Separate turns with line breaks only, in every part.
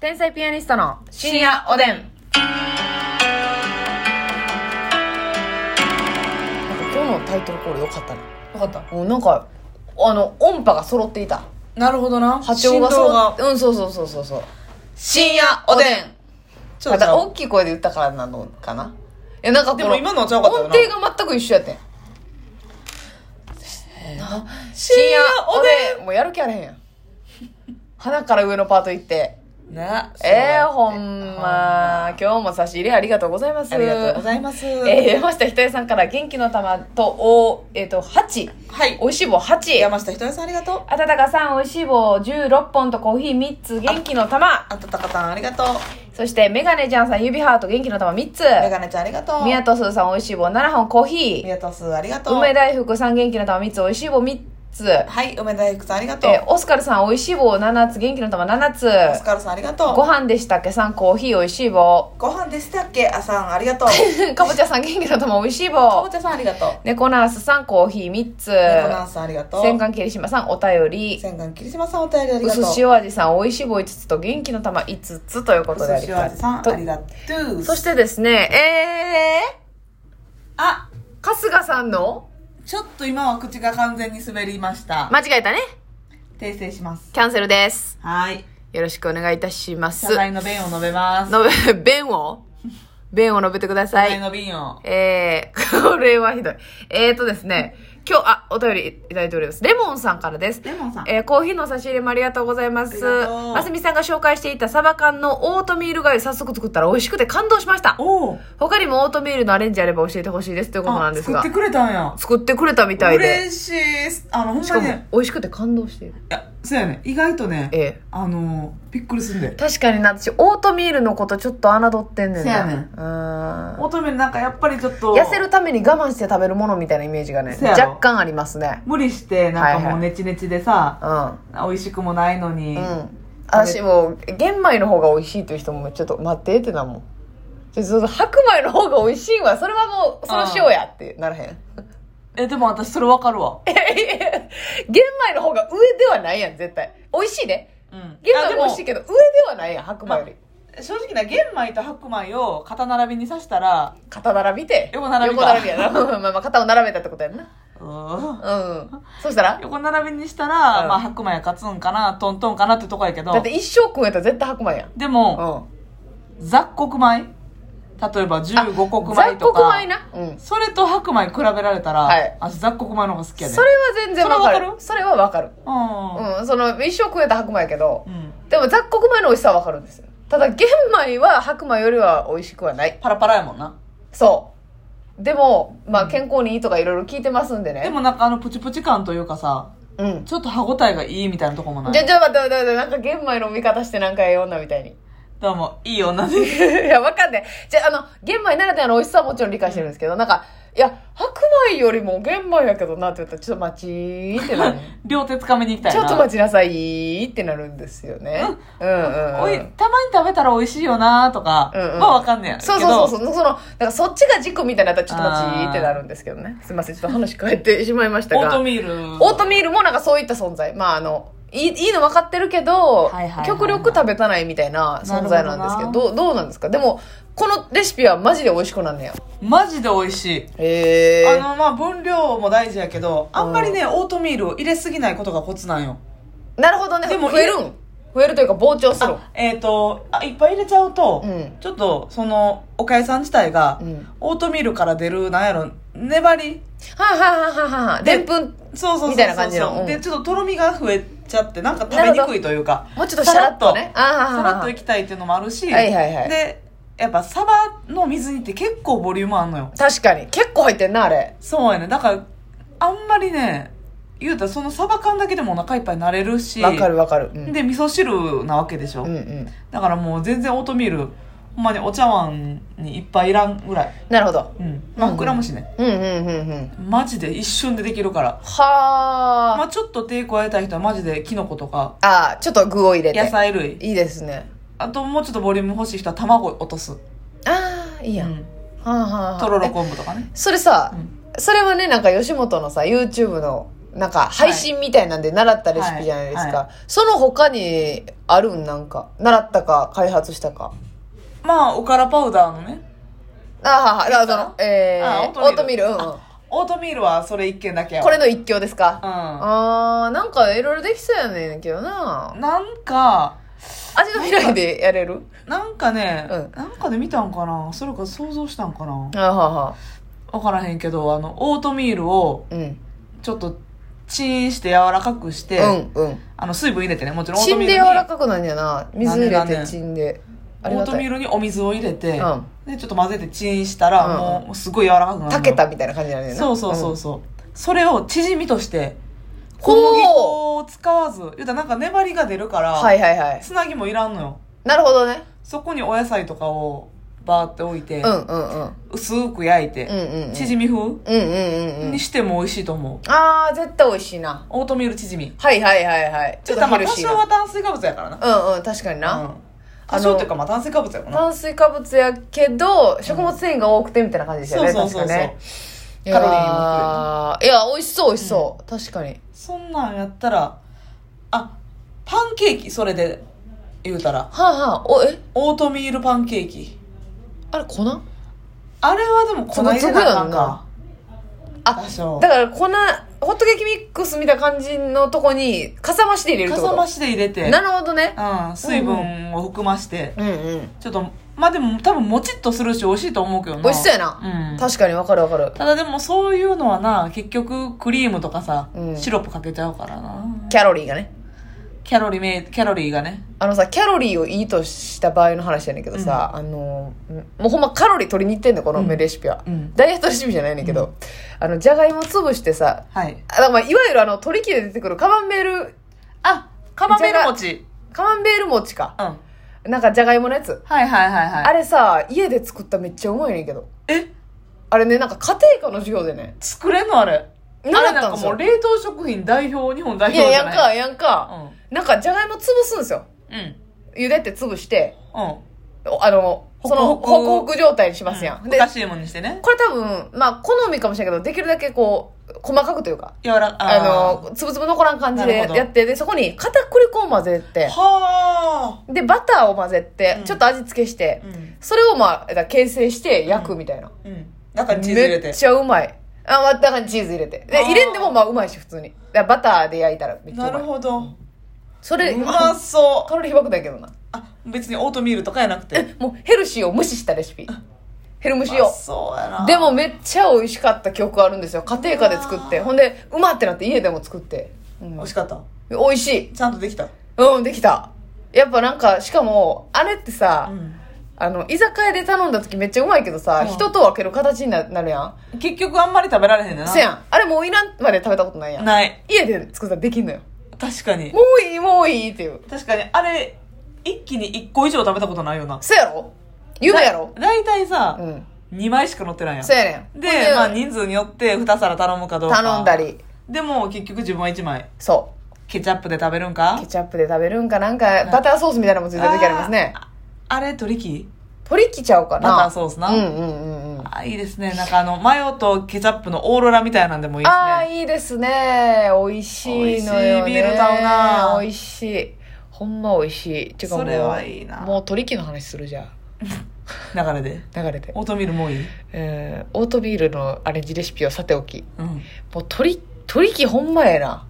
天才ピアニストの深夜おでん。なんか今日のタイトルコール良かったな。
分かった
もうなんか、あの、音波が揃っていた。
なるほどな
波長が揃っ
振動が
て、うん、そうそうそうそうそう。
深夜おでんちょ
ま
っとち
た
ゃう
大きい声で言ったからなのかな。いや、なんかこ
でも今のはちゃうかったよ
音
な
程が全く一緒やってん。
深夜おで
んもうやる気あらへんやん。鼻から上のパート行って。
んな
えー、ほんま。今日も差し入れありがとうございます。
ありがとうございます
えー、山下ひとえさんから元気の玉と、お、えっ、と、8。
はい
おいしい棒8。
山下ひとりさんありがとう
あたたかさん、おいしい棒16本とコーヒー3つ、元気の玉。
あたたかさんありがとう
そして、メガネちゃんさん、指ハート、元気の玉3つ。
メガネちゃんありがとう
みやとすーさん、おいしい棒7本、コーヒ
みやとすありがと
ー。
う
梅大福さん、元気の玉3つ、おいしい棒3つ。
はい梅大福さんありがとう
えー、オスカルさん、おいしい棒7つ、元気の玉7つ。
オスカルさんありがとう
ご飯でしたっけさん、コーヒー、おいしい 棒。
ご飯でしたっけあさんありがとう
かぼちゃさん、元気の玉、おいしい
か
棒
ぼ。ちゃさんありがとう
猫ナースさん、コーヒー3つ。
ネコナンさんありがとう
洗顔霧島さんお便り
洗顔霧島さんお便りありがとう
薄塩味さんおいしい棒5つと元気の玉5つということであり
塩
が
味さん
と
あ
う
りがとう
そしてですねえ
あ
ー、春日さんの
ちょっと今は口が完全に滑りました
間違えたね
訂正します
キャンセルです
はい
よろしくお願いいたします
謝罪の弁を述べます
のべ弁を弁を述べてくださ
謝
い
罪の弁を
えー、これはひどい。えーとですね、今日、あ、お便りいただいております。レモンさんからです。
レモンさん
えー、コーヒーの差し入れもありがとうございます。
ありがとう
ますみさんが紹介していたサバ缶のオートミールがゆ早速作ったら美味しくて感動しました。
おお
他にもオートミールのアレンジあれば教えてほしいですということなんです
作っ
が
て、くれたんや
作ってくれたみたいで、
嬉しいっすあのほん
し
ま
か
に
も
ね
美味しくて感動している。
いやそうやね意外とね
ええ
あのびっくりすんで
確かにな、私、オートミールのことちょっと侮ってんねん
せ
な。
やねん
うーん。
乙女なんかやっぱりちょっと
痩せるために我慢して食べるものみたいなイメージがね、
せやろ
若干ありますね。
無理してなんか
はい
も
は
う
い
ネチネチでさ
うん。
美味しくもないのに
うん。私もう、玄米の方が美味しいという人も、ちょっと待ってってなもん。ちょっと白米の方が美味しいわ。それはもう、その塩やってならへん。
えでも私それわかるわ
玄米の方が上ではないやん、絶対。美味しいね。
うん
玄
あ
米
で
も
も
美味しいけど、上ではないやん、白米より。
正直な玄米と白米を肩並びにさしたら
肩並びで。
横並びか
横並びやな。 まあまあ、肩を並べたってことやんな。
うん
うん。そしたら
横並びにしたら、
うん
まあ白米は勝つんかなトントンかなってとこやけど
だって一生食うんやったら絶対白米やん。
でも
うん。
雑穀米例えば15穀米
雑
と
穀
か
米な。うん。
それと白米比べられたら、
はい
あ雑穀米の方が好きやで、
それは全然わか
それはわか
る。
る
それはわかる。
う
うん、その一生食えた白米やけど、
ん、うん、
でも雑穀米の美味しさはわかるんですよただ玄米は白米よりは美味しくはない
パラパラやもんな
そうでもまあ健康にいいとかいろいろ聞いてますんでね
でもなんかあのプチプチ感というかさ
うん
ちょっと歯応えがいいみたいなとこもな
じゃ
い
じゃあ待って待って待ってなんか玄米の見方してなんかええ女みたいに
どうもいい女 で
いやわかんないじゃああの玄米ならではの美味しさはもちろん理解してるんですけど、なんかいや白米よりも玄米やけどなって言ったらちょっと待ちーって なる
両手つかみに行きたい
ち
な
ょっと待ちなさいーってなるんですよね、うん、うんうん
おいたまに食べたら美味しいよなとか
うんうん
はわかんねやけど
そうそうそうそうそのだからそっちが軸みたいになったらちょっと待ちーってなるんですけどねすいませんちょっと話変えてしまいました
オー
が
トミール
オートミールもなんかそういった存在まああのいいいいの分かってるけど、
いはいはいはい
極力食べたないみたいな存在なんですけど
なるほ
どうどうなんですかでもこのレシピはマジで美味しくなんねや
マジで美味しい
へ
あ
え
のまあ分量も大事やけどあんまりねオートミールを入れすぎないことがコツなんよ
なるほどね
でも
増えるん増えるというか膨張するん
あえっ、とあいっぱい入れちゃうと、
うん
ちょっとそのおかゆさん自体が、
うん
オートミールから出るなんやろ粘り
はいはいはいはいはいでんぷんも
そうそうそうそう
みたいな感じのうん
でちょっととろみが増えちゃってなんか食べにくいというか
うちょっとシャラッとね
さらっとさらっ
あ
と
ー
いきたいっていうのもあるし、
はいはいはい
でやっぱサバの水煮って結構ボリュームあんのよ
確かに結構入ってんなあれ
そうやねだからあんまりね言うたらそのサバ缶だけでもお腹いっぱいになれるし
わかるわかる、うん、
で味噌汁なわけでしょ、
うんうん
だからもう全然オートミールほんまにお茶碗にいっぱいいらんぐらい
なるほど
うんまあ膨らむしね、
うんうんうんうん
マジで一瞬でできるから
は
まあちょっと抵抗えたい人はマジでキノコとか
あ。ああ、ちょっと具を入れて。
野菜類
いいですね。
あともうちょっとボリューム欲しい人は卵落とす、
ああ、いいうやん。
ん、
はあはあはあ
とろろ
え
昆布とかね
それさ、
うん
それはね、なんか吉本のさ、YouTube の、なんか配信みたいなんで習ったレシピじゃないですか、
はいは
その他にあるんなんか習ったか開発したか
まあおからパウダーのね
ああだからそ
い
のえ
あ
ー、オ
オ
ー
ー
ト
ト
ミ
ミ
ー
ー
ル
ル
うんうん
オートミールはそれ一軒だけや
こ
わ
れの一強ですか、
うん
あーなんかいろいろできそうやねんけどな
なんか
味の開いでやれる
なんかね、
うん
なんかで見たんかなそれか想像したんかな
あはは
わからへんけどあのオートミールを
うん
ちょっとチンして柔らかくして、
うんうん
あの水分入れてねもちろんオー
チ
ト
ン
ミー
で
ル
柔
に
らかくなんやな水入れ
なんで
て
なんで
チンであり
オー
が
ト
た
ミ
い
ールにお水を入れて、
うん
でちょっと混ぜてチンしたら、
うん
もうすごい柔らかくなるの
炊けたみたいな感じなんやな
そうそうそうそう、それを縮みとして
ほ
小
う
麦粉を使わず言うたらなんか粘りが出るから、
うんはいはいはい
つなぎもいらんのよ
なるほどね
そこにお野菜とかをバーって置いて、
うんうんうん
薄く焼いて、
うんうんうん
縮み風、
うんうんうんうん
にしても美味しいと思う
あー絶対美味しいな
オートミール縮み
はいはいはいはいち
ち
ょ
ょ
っ
っ
と
とま
ヘ
あ
ル
多
シー
少
な
は炭水化物やからな
うんうん確かにな、
うん多少っていうかまあ炭水化物やからな
炭水化物やけど食物繊維が多くてみたいな感じですよね、
そうそうそ
確
うそう
かね
カロリーも
いやーいや美味しそう美味しそう、確かに
そんなんやったらあパンケーキそれで言うたら
はあはあおえ
オートミールパンケーキ
あれ粉
あれはでも粉入れなあかんか
あ
多少
だから粉ホットケーキミックスみたいな感じのとこにかさ増しで入れるって
か
こと
さ増しで入れて
なるほどね
うん、水分を含まして、
うんうん
ちょっとまあでも多分もちっとするし美味しいと思うけどな
美味しそうやな、
うん、
確かにわかるわかる
ただでもそういうのはな結局クリームとかさ、
うん
シロップかけちゃうからな
キャロリーがね
キャロリーめキャロリーがね
あのさキャロリーをいいとした場合の話やねんけどさ、あのもうほんまカロリー取りに行ってんのこの
うん
レシピは、
うん
ダイエットレシピじゃないねんけど、あのじゃがいも潰してさ
はい
あだからまあいわゆるあの取り切りで出てくるカマンベール
あカマンベール餅
カマンベール餅か
うんはい
なんかじゃがいものやつ、
はいはいはい
あれさ家で作っためっちゃうまいねんけど
え
あれねなんか家庭科の授業でね
作れんのあれあれ
習った
な
で
んんか
す
も
よ
う冷凍食品代表日本代
い
表
や
じ
や
ゃなんい
かやんか、
う
なんかじゃがいも潰すんですよ
んうん
茹でって潰して
うん
おあのそのホ
ホク
ク
ホク
ホク状態にしますやん、
うん
で
おかしいもんにしてね
これ多分まあ好みかもしれんけどできるだけこう細かくというか
柔らか
あのつぶつぶ残らん感じで
なるほど
やってでそこに片栗粉を混ぜて
はあ
でバターを混ぜて、
うん
ちょっと味付けして、
う
それをまあだから形成して焼くみたいな、
んうん中にチーズ入れ
め
て
っちゃうまいあまあだからチーズ入れてで
あー
入れんでもまあうまいし普通にだからバターで焼いたらめっちゃ
な
うま
る
い
ほど
それ
うまそう
カロリーばくだけどな
あ別にオートミールとかやなくて
もうヘルシーを無視したレシピヘルムシ
うま
を
そうやな
でもめっちゃ美味しかった記憶あるんですよ家庭科で作って
うわー
ほんでうまってなって家でも作って、うん
美味しかった
美味しい
ちゃんとできた
うんできたやっぱなんかしかもあれってさ、
うん
あの居酒屋で頼んだ時めっちゃうまいけどさ、
うん
人と分ける形にななるやん、
結局あんまり食べられへんねんな
せやんあれもういらんまで食べたことないやん
ない
家で作ったらできんのよ
確かに
もういいもういいっていう
確かにあれ一気に1個以上食べたことないよな
そやろ夢やろ
大体さ
うん
2枚しか乗ってないやん
そやねん
で
ほんで
まあ人数によって2皿頼むかどうか
頼んだり
でも結局自分は1枚
そ
ケチャップで食べるん
う
か
ケチャップで食べるんかなんかバターソースみたいなのもついた時ありますね
あーあれ取りき
取りきちゃうかな
バターソースな
うんうんうんうん
あいいですねなんかあのマヨとケチャップのオーロラみたいなんでもいいですね
ああいいですね美味しいのよね
美味しいビール買うな
美味しいほんま美味しいてかもう
それはいいな
もう取り木の話するじゃん
流れで
流れて、
オートミールもういい、
えー、オートビールのアレンジレシピをさておき
うん、
もう取り取り木ほんまええな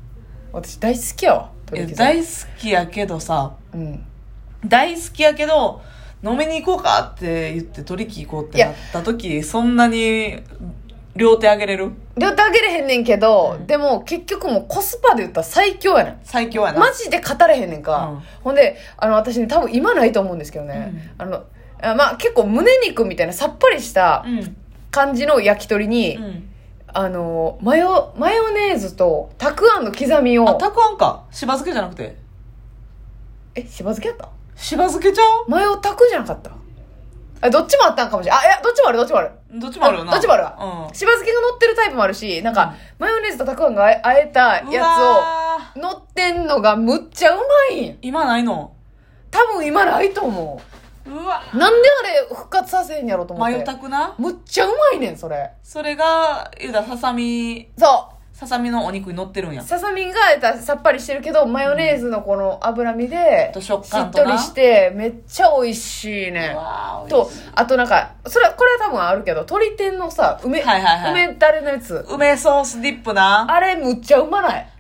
私大好きやわ
い
取
や
り木さん
大好きやけどさ
うん
大好きやけど飲みに行こうかって言って取り木行こうってなった時そんなに両手あげれる
両手あげれへんねんけど、
うん
でも結局もうコスパで言ったら最強やねん
最強やな、
マジで語れへんねんか、
うん
ほんであの私ね多分今ないと思うんですけどね、あのあまあ結構胸肉みたいなさっぱりした
うん
感じの焼き鳥に、
うん
あのマヨマヨネーズとたくあんの刻み
あ
を
たくあんかしば漬けじゃなくて
えしば漬けやった
しば漬けちゃう
マヨたくじゃなかったあどっちもあったんかもしれないあいやどっちもあるどっちもある
どっちもあるよな
どっちもあるわ、しば漬けが乗ってるタイプもあるしなんか、マヨネーズとたくあんがあえあえた
うん、
やつ
つを
を乗ってんのがむっちゃうまいん
今ないの
多分今ないと思
うわ
うなんであれ復活させへんやろと思っ
マ
て
ヨたくな
むっちゃうまいねんそれ
それが言うたらささみ
そ
ささみのお肉に乗ってるんや
ささみがえたらさっぱりしてるけどマヨネーズのこの脂身で
と
しっ
食感と
と
な
りしてめっちゃ美味しいね
うわー美
と
味しい
あとなんかそれはこれは多分あるけど鶏天のさ梅、
はいはいはい
梅だれのやつ
梅ソースディップなあ
あれむっちゃうまない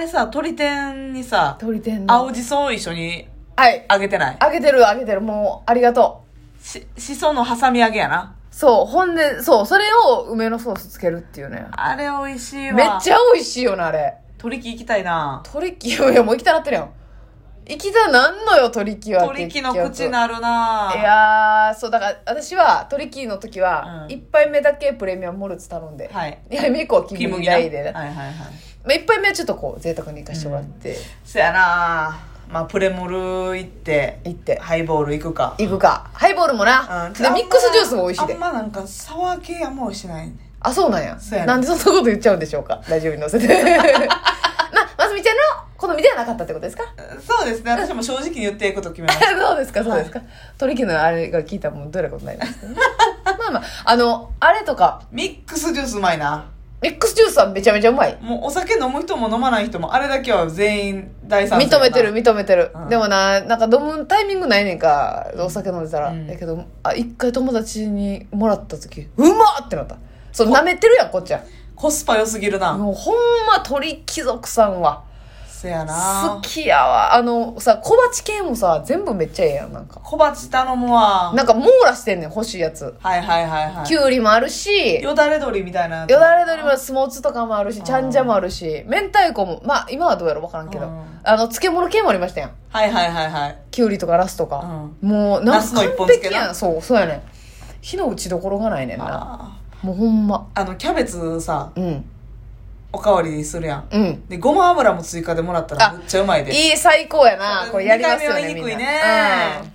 れさ鶏天にさ
鶏天の
青じそを一緒に
はい
揚げてない
あげてるあげてるもうありがとう
ししその挟み揚げやな
そうほんでそうそれを梅のソースつけるっていうね
あれ美味しいわ
めっちゃ美味しいよなあれ
トリキ行きたいな
鳥木よいやもう行きたなってるやん行きたなんのよ鳥木は
鳥木の口
い
なるない
やーそうだから私は鳥木の時は、
うん
一1杯目だけプレミアムモルツ頼んで、
はい
2杯目以降はキ
キ
ム
ム
ギ
ギ
ダ
な
イで、ね
はいはいはい
まあ、1杯目はちょっとこう贅沢に行かしてもらって、
そやなまあプレモル行って
行って
ハイボール行くか
行くかハイボールもな、
うん
でミックスジュースも美味しいで
あんまなんかサワー系あんま美味しないね
あ、そうなんや。
そうやね
なんでそんなこと言っちゃうんでしょうかラジオに載 せて。まあ、ますみちゃんの好みではなかったってことですか
そうですね私も正直に言っていくこと決めま した
そうですか、そうですか。鳥木のあれが聞いたらもうどうやらことになりますけどね まあまあ、あの、あれとか、
ミックスジュースうまいな
ミックスジュースはめちゃめちゃうまい。
もうお酒飲む人も飲まない人もあれだけは全員大賛成
認めてる、認めてる。
うん
でもな、なんか飲むタイミングないねんか、お酒飲んでたら。
うん
だけど、あ、一回友達にもらった時、うまっってなった。そう、舐めてるやん、こっちは。
コスパ良すぎるな
もうほんま鳥貴族さんは。
せや
好
な
きやわあのさ小鉢系もさ全部めっちゃええやんなんか
小鉢頼むわ
なんか網羅してんねん欲しいやつ
はいはいはいは
きゅ
いう
りもあるしよ
よだれ鶏みたいなやつ
だれ鶏もスモーツとかもあるし
ん
ちゃんじゃもあるし明太子もまあ今はどうやろ分からんけど
うん
あの漬物系もありましたやん
はいはいはいはい
きゅうりとかラスとか、もうなん
ナスの
か
一
完
本漬
璧
けな
やんそうそうやねん火の打ちどころがないねんな
あ
もうほんま
ーあのキャベツさ
うん
おかわりするやん
うん
でごま油も追加でもらった
あ
らめっちゃうまいで
いい最高やな
うん
これやりますよね
二回目は言いにくいね
みんなうん